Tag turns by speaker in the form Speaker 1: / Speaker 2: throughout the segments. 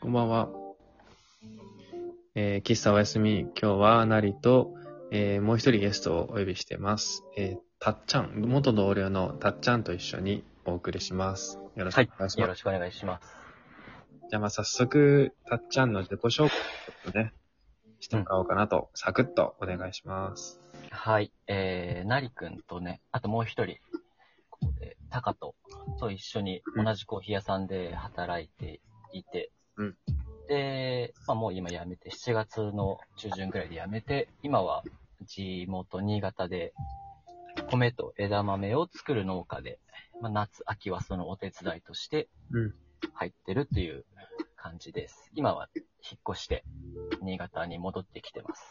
Speaker 1: こんばんは。えー、喫茶おやすみ。今日は、なりと、えー、もう一人ゲストをお呼びしてます。えー、たっちゃん、元同僚のたっちゃんと一緒にお送りします。よろしくお
Speaker 2: はい
Speaker 1: 願い。し
Speaker 2: よ
Speaker 1: ます。
Speaker 2: ろしくお願いします。
Speaker 1: じゃあ、まあ、早速、たっちゃんの自己紹介をちょっとね、してもらおうかなと、サクッとお願いします。
Speaker 2: はい。えー、なりくんとね、あともう一人、ここで、たかとと一緒に同じコーヒー屋さんで働いていて、
Speaker 1: うん
Speaker 2: で、まあもう今辞めて、7月の中旬ぐらいで辞めて、今は地元新潟で、米と枝豆を作る農家で、まあ、夏、秋はそのお手伝いとして
Speaker 1: うん、
Speaker 2: 入ってるっていう感じです。今は引っ越して、新潟に戻ってきてます。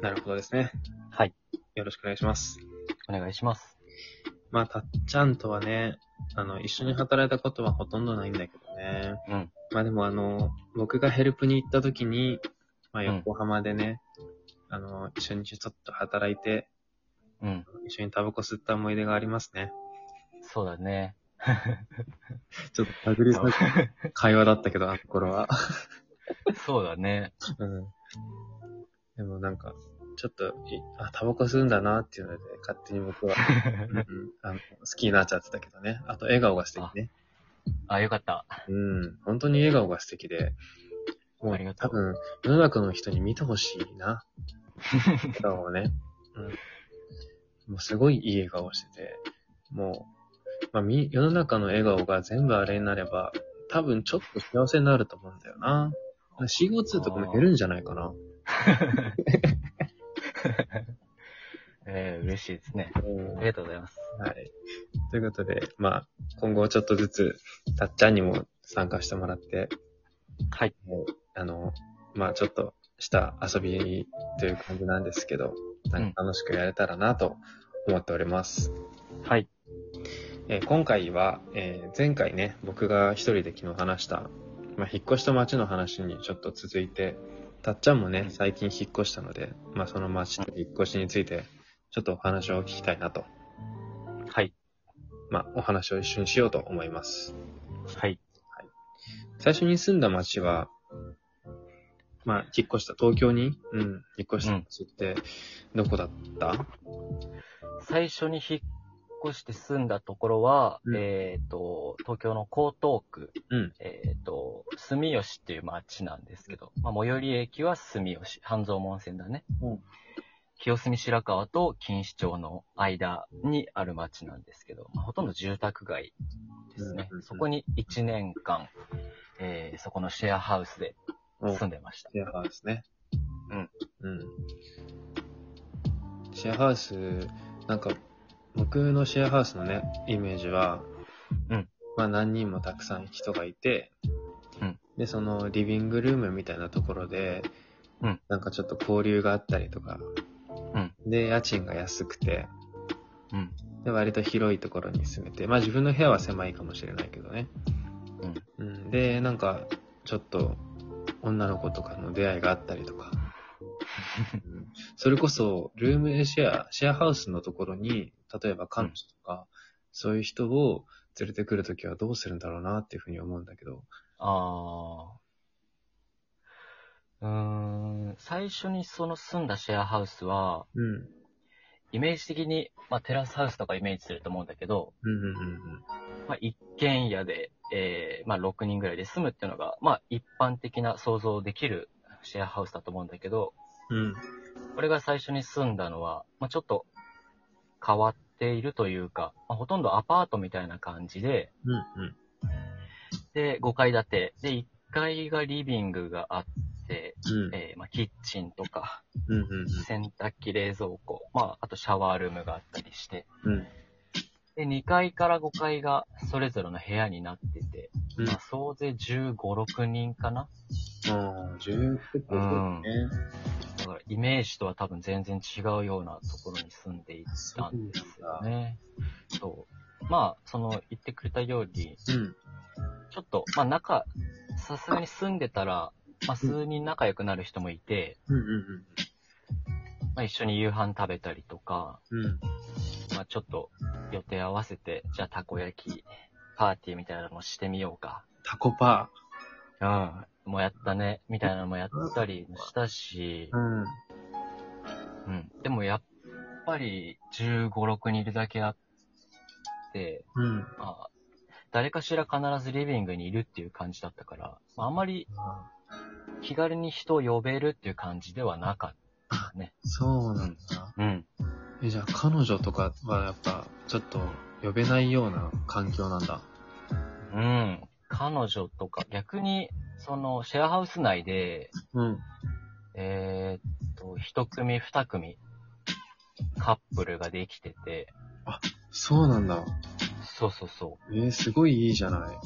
Speaker 1: なるほどですね。
Speaker 2: はい。
Speaker 1: よろしくお願いします。
Speaker 2: お願いします。
Speaker 1: まあ、たっちゃんとはね、あの、一緒に働いたことはほとんどないんだけどね。
Speaker 2: うん。
Speaker 1: まあでもあの、僕がヘルプに行った時に、まあ
Speaker 2: うん
Speaker 1: 横浜でね、あの、一緒にちょっと働いて、
Speaker 2: うん。
Speaker 1: 一緒にタバコ吸った思い出がありますね。
Speaker 2: そうだね。
Speaker 1: ちょっとパグリさん 会話だったけど、あの頃は。
Speaker 2: そうだ ね。
Speaker 1: うん。でもなんか、ちょっとい、あ、タバコ吸うんだなっていうので、勝手に僕は、うん、あの好きになっちゃってたけどね。あと笑顔が素敵ね。
Speaker 2: あ、よかった。
Speaker 1: うん、本当に笑顔が素敵で、も
Speaker 2: ありがと
Speaker 1: 多
Speaker 2: う
Speaker 1: 分、世の中の人に見てほしいな。笑顔をね。うん。もうすごいいい笑顔をしてて、もう、まあ、み、世の中の笑顔が全部あれになれば、多分ちょっと幸せになると思うんだよな。CO2 とかも減るんじゃないかな。
Speaker 2: えー、嬉しいですね。
Speaker 1: うん
Speaker 2: ありがとうございます。
Speaker 1: はい。ということで、まあ、今後ちょっとずつ、たっちゃんにも参加してもらって、
Speaker 2: はい。
Speaker 1: あの、まあちょっとした遊びという感じなんですけど、なんか楽しくやれたらなと思っております。
Speaker 2: はい。
Speaker 1: えー今回は、えー前回ね、僕が一人で昨日話した、まあ、引っ越しと街の話にちょっと続いて、たっちゃんもね、最近引っ越したので、まあその街と引っ越しについて、ちょっとお話を聞きたいなと、
Speaker 2: はい。
Speaker 1: まあお話を一緒にしようと思います。
Speaker 2: はい。
Speaker 1: 最初に住んだ町は、まあ、引っ越した、東京に、うん、引っ越した町って、どこだった、
Speaker 2: 最初に引っ越して住んだところは、
Speaker 1: うん
Speaker 2: えっ、と、東京の江東区、
Speaker 1: うん
Speaker 2: えっ、と、住吉っていう町なんですけど、まあ、最寄り駅は住吉、半蔵門線だね。
Speaker 1: うん
Speaker 2: 清澄白河と錦糸町の間にある町なんですけど、まあ、ほとんど住宅街ですね。
Speaker 1: うんうんうん
Speaker 2: そこに1年間、えーそこのシェアハウスで
Speaker 1: うん、
Speaker 2: 住んでました。
Speaker 1: シェアハウスね。
Speaker 2: うん。
Speaker 1: うん。シェアハウス、なんか、僕のシェアハウスのね、イメージは、
Speaker 2: うん。
Speaker 1: まあ何人もたくさん人がいて、
Speaker 2: うん。
Speaker 1: で、そのリビングルームみたいなところで、
Speaker 2: うん。
Speaker 1: なんかちょっと交流があったりとか、
Speaker 2: うん。
Speaker 1: で、家賃が安くて、
Speaker 2: うん。
Speaker 1: で、割と広いところに住めて、まあ自分の部屋は狭いかもしれないけどね。うん。で、なんか、ちょっと、女の子とかの出会いがあったりとか。うんそれこそ、ルームシェア、シェアハウスのところに、例えば彼女とか、そういう人を連れてくるときはどうするんだろうなっていうふうに思うんだけど。
Speaker 2: ああ。うーん、最初にその住んだシェアハウスは、
Speaker 1: うん。
Speaker 2: イメージ的に、まあ、テラスハウスとかイメージすると思うんだけど、
Speaker 1: うんうんうん
Speaker 2: まあ、一軒家で、えーまあ、6人ぐらいで住むっていうのが、まあ、一般的な想像できるシェアハウスだと思うんだけど、
Speaker 1: うん。
Speaker 2: 俺が最初に住んだのは、まあ、ちょっと変わっているというか、まあ、ほとんどアパートみたいな感じで、
Speaker 1: うん。うん。
Speaker 2: で、5階建て。で、1階がリビングがあって、
Speaker 1: うん。
Speaker 2: えーまあ、キッチンとか、
Speaker 1: うん。うん。
Speaker 2: 洗濯機、冷蔵庫、まあ、あとシャワールームがあったりして、
Speaker 1: うん。
Speaker 2: で、2階から5階がそれぞれの部屋になってて、
Speaker 1: うん
Speaker 2: まあ、総勢15、6人かな
Speaker 1: ああ、10結構そうだね。
Speaker 2: だから、イメージとは多分全然違うようなところに住んでい
Speaker 1: そう
Speaker 2: たんです
Speaker 1: な
Speaker 2: よ
Speaker 1: んだ。
Speaker 2: ね。そう。まあ、その、言ってくれたように、
Speaker 1: うん。
Speaker 2: ちょっと、まあ、仲、さすがに住んでたら、まあ、数人仲良くなる人もいて、
Speaker 1: うん。うん。
Speaker 2: まあ、一緒に夕飯食べたりとか、
Speaker 1: うん。うん。
Speaker 2: まあちょっと予定合わせて、じゃあたこ焼きパーティーみたいなのもしてみようか。
Speaker 1: タコパ
Speaker 2: うん。もうやったね、みたいなのもやったりもしたし
Speaker 1: ー。、うん。
Speaker 2: うん。でもやっぱり15、6人いるだけあって、
Speaker 1: うん。
Speaker 2: まあ、誰かしら必ずリビングにいるっていう感じだったから、まあ、あまり気軽に人を呼べるっていう感じではなかったね。
Speaker 1: そうなんだ。
Speaker 2: うん。
Speaker 1: え、じゃあ彼女とかはやっぱ、ちょっと呼べないような環境なんだ。
Speaker 2: うん。彼女とか、逆に、その、シェアハウス内で、
Speaker 1: うん。
Speaker 2: えーっと、一組二組、カップルができてて、
Speaker 1: そうなんだ。
Speaker 2: そうそうそ
Speaker 1: えー、すごいいいじゃない。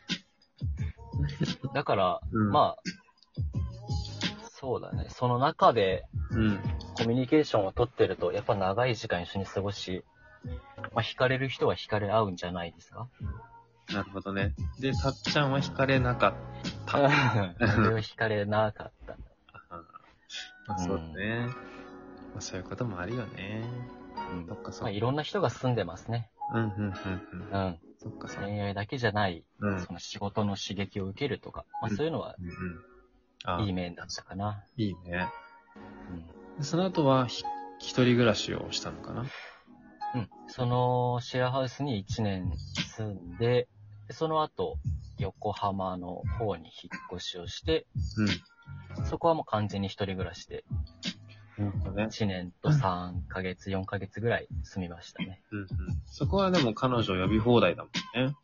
Speaker 2: う。だから、
Speaker 1: うん
Speaker 2: まあ、そうだね。その中で、
Speaker 1: うん。
Speaker 2: コミュニケーションを取ってると、やっぱ長い時間一緒に過ごし、まあ、惹かれる人は惹かれ合うんじゃないですか
Speaker 1: なるほどね。で、たっちゃんは惹かれなかっ
Speaker 2: そ
Speaker 1: た。
Speaker 2: れは惹かれなかった。
Speaker 1: まあ、そうだね。まあ、そういうこともあるよね。
Speaker 2: うん
Speaker 1: そっかそ
Speaker 2: まあ、
Speaker 1: っか。
Speaker 2: いろんな人が住んでますね。
Speaker 1: うん、うん、うん。うん
Speaker 2: うん。
Speaker 1: そっかそっか。
Speaker 2: 恋愛だけじゃない、
Speaker 1: うん。
Speaker 2: その仕事の刺激を受けるとか、まあ、
Speaker 1: うん
Speaker 2: そういうのは
Speaker 1: うんうん。あ、
Speaker 2: い
Speaker 1: い
Speaker 2: い面だったかな。
Speaker 1: いいね。
Speaker 2: うん。
Speaker 1: でその後は、ひ一人暮らしをしたのかな
Speaker 2: うん。そのシェアハウスに1年住んで、でその後、横浜の方に引っ越しをして、
Speaker 1: うん。
Speaker 2: そこはもう完全に一人暮らしで、
Speaker 1: ね。
Speaker 2: 1年と3ヶ月、4ヶ月ぐらい住みましたね。
Speaker 1: うんうん。そこはでも彼女呼び放題だもんね。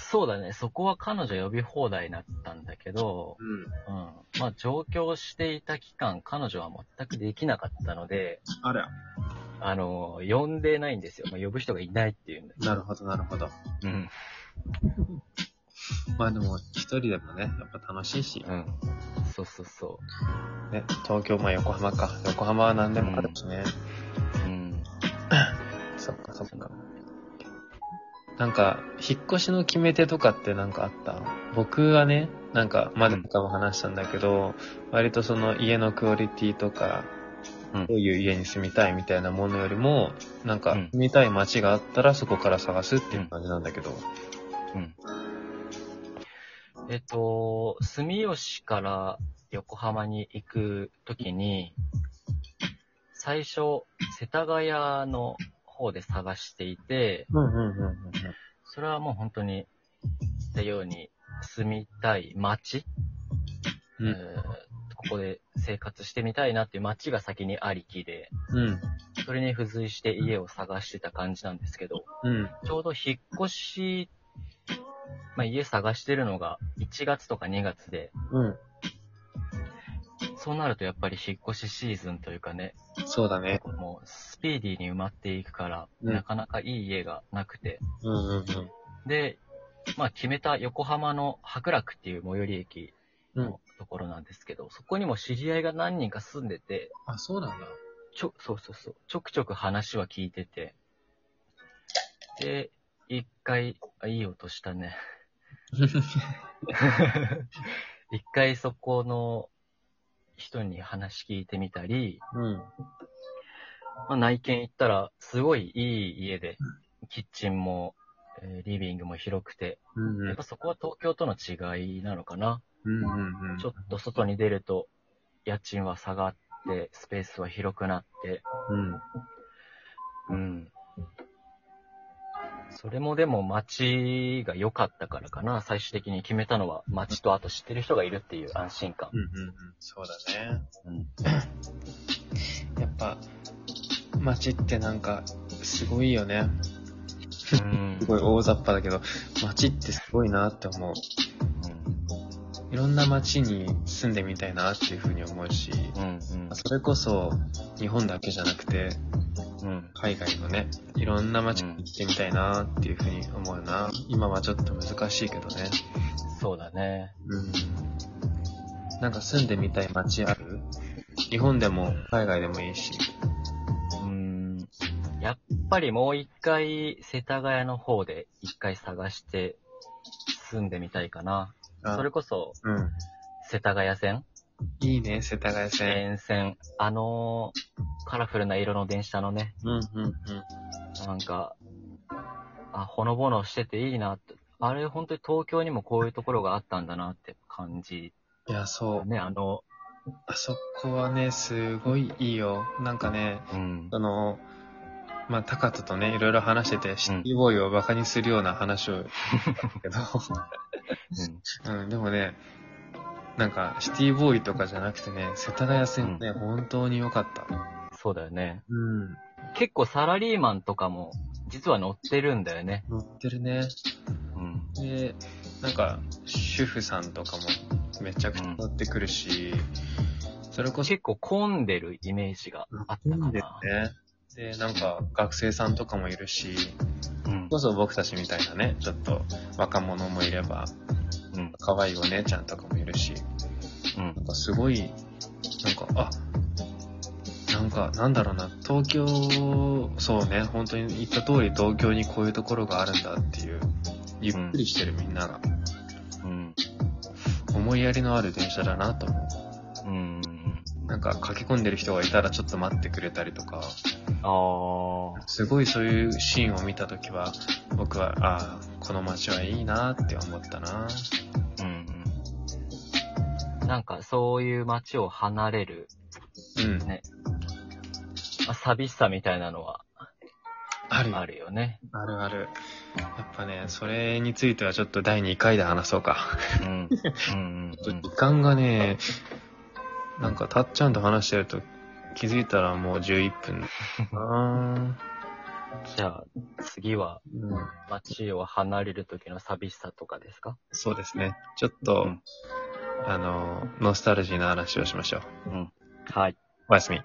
Speaker 2: そうだね、そこは彼女呼び放題になったんだけど、
Speaker 1: うん。
Speaker 2: うん。まあ、上京していた期間、彼女は全くできなかったので、
Speaker 1: あら。
Speaker 2: あの、呼んでないんですよ。まあ、呼ぶ人がいないっていうんで。
Speaker 1: なるほど、なるほど。
Speaker 2: うん。
Speaker 1: まあでも、一人でもね、やっぱ楽しいし。
Speaker 2: うん。そうそうそ
Speaker 1: ね、東京、まあ横浜か。横浜は何でもあるしね。
Speaker 2: う。うん。
Speaker 1: そっかそっ
Speaker 2: その
Speaker 1: か。なんか、引っ越しの決め手とかってなんかあった僕はね、なんか、まだとかも話したんだけど、割とその家のクオリティとか、
Speaker 2: うん
Speaker 1: どういう家に住みたいみたいなものよりも、なんか
Speaker 2: うん、
Speaker 1: 住みたい街があったらそこから探すっていう感じなんだけど。
Speaker 2: うん。えっと、住吉から横浜に行くときに、最初、世田谷の方で探していて、
Speaker 1: うんうんうんうんうん。
Speaker 2: それはもう本当に言ったように住みたい街、
Speaker 1: うん
Speaker 2: えーここで生活してみたいなっていう街が先にありきで、
Speaker 1: うん。
Speaker 2: それに付随して家を探してた感じなんですけど、
Speaker 1: うん。
Speaker 2: ちょうど引っ越し、まあ、家探してるのが1月とか2月で、
Speaker 1: うん。
Speaker 2: そうなるとやっぱり引っ越しシーズンというかね、
Speaker 1: そうだね。
Speaker 2: もうスピーディーに埋まっていくから、
Speaker 1: うん
Speaker 2: なかなかいい家がなくて、
Speaker 1: うんうん
Speaker 2: で、まあ、決めた横浜の白楽っていう最寄り駅
Speaker 1: うん。うん
Speaker 2: の。ところなんですけど、そこにも知り合いが何人か住んでて、
Speaker 1: あ、そうなんだ。
Speaker 2: ちょ、そうそうそう、ちょくちょく話は聞いてて、で、一回、あ、いい音したね。 一回そこの人に話聞いてみたり、
Speaker 1: うん。
Speaker 2: まあ、内見行ったら、すごいいい家で、キッチンも、えーリビングも広くて、
Speaker 1: うんう
Speaker 2: やっ
Speaker 1: ん
Speaker 2: ぱそこは東京との違いなのかな。
Speaker 1: うんうんうん。
Speaker 2: ちょっと外に出ると、家賃は下がって、スペースは広くなって、
Speaker 1: うん。
Speaker 2: うん。それもでも街が良かったからかな、最終的に決めたのは街とあと知ってる人がいるっていう安心感
Speaker 1: う。んうんうん。そうだね。
Speaker 2: うん。
Speaker 1: やっぱ、街ってなんか、すごいよね。
Speaker 2: うん
Speaker 1: すごい大雑把だけど、街ってすごいなって思う。いろんな街に住んでみたいなっていうふうに思うし、
Speaker 2: うん。
Speaker 1: それこそ、日本だけじゃなくて、
Speaker 2: うん。
Speaker 1: 海外のね、いろんな街に行ってみたいなっていうふうに思うな。今はちょっと難しいけどね。
Speaker 2: そうだね。
Speaker 1: うん。なんか住んでみたい街ある日本でも海外でもいいし。
Speaker 2: うん。やっぱりもう一回、世田谷の方で一回探して住んでみたいかな。
Speaker 1: あ
Speaker 2: それこそ、
Speaker 1: うん。
Speaker 2: 世田谷線
Speaker 1: いいね、世田谷線。
Speaker 2: 沿線、あのカラフルな色の電車のね、
Speaker 1: うんうんうん。
Speaker 2: なんか、あ、ほのぼのしてていいなって。あれ、本当に東京にもこういうところがあったんだなって感じ
Speaker 1: いや、そう。
Speaker 2: ね、あの、
Speaker 1: あそこはね、すごいいいよ。なんかね、
Speaker 2: うん。
Speaker 1: あの、まあ、タカトとね、いろいろ話してて、シティボーイをバカにするような話 を、けど、
Speaker 2: うん
Speaker 1: うん、でもね、なんか、シティボーイとかじゃなくてね、世田谷線ね、本当に良かった。
Speaker 2: そうだよね。
Speaker 1: うん。
Speaker 2: 結構サラリーマンとかも、実は乗ってるんだよね。
Speaker 1: 乗ってるね。
Speaker 2: うん。
Speaker 1: で、なんか、主婦さんとかもめちゃくちゃ乗ってくるし、それこそ、
Speaker 2: 結構混んでるイメージがあったか
Speaker 1: で
Speaker 2: な。
Speaker 1: ね。で、なんか、学生さんとかもいるし、
Speaker 2: う
Speaker 1: そ
Speaker 2: ん
Speaker 1: れこそ僕たちみたいなね、ちょっと若者もいれば、
Speaker 2: うん。
Speaker 1: 可愛いお姉ちゃんとかもいるし、
Speaker 2: うん
Speaker 1: なん。かすごい、なんか、あ、なんか、なんだろうな、東京、そうね、本当に言った通り東京にこういうところがあるんだっていう、ゆっくりしてるみんなが、
Speaker 2: うん。
Speaker 1: 思いやりのある電車だなと思
Speaker 2: うん。
Speaker 1: う。なんか駆け込んでる人がいたらちょっと待ってくれたりとか、
Speaker 2: あー。
Speaker 1: すごいそういうシーンを見たときは、僕は、ああ、この街はいいなって思ったな。
Speaker 2: うんうんなんかそういう街を離れる、
Speaker 1: うん。
Speaker 2: ねまあ、寂しさみたいなのは
Speaker 1: あるよ
Speaker 2: あるよね。
Speaker 1: あるある。やっぱね、それについてはちょっと第2回で話そうか。
Speaker 2: うん。うんうんうん
Speaker 1: 時間がね、なんかたっちゃんと話してると気づいたらもう11分 だな
Speaker 2: じゃあ次は
Speaker 1: ぁ、うん。
Speaker 2: 街を離れる時の寂しさとかですか
Speaker 1: そうですね。ちょっと、
Speaker 2: うん
Speaker 1: あの、ノスタルジーな話をしましょう。
Speaker 2: うん。はい。
Speaker 1: おやすみ。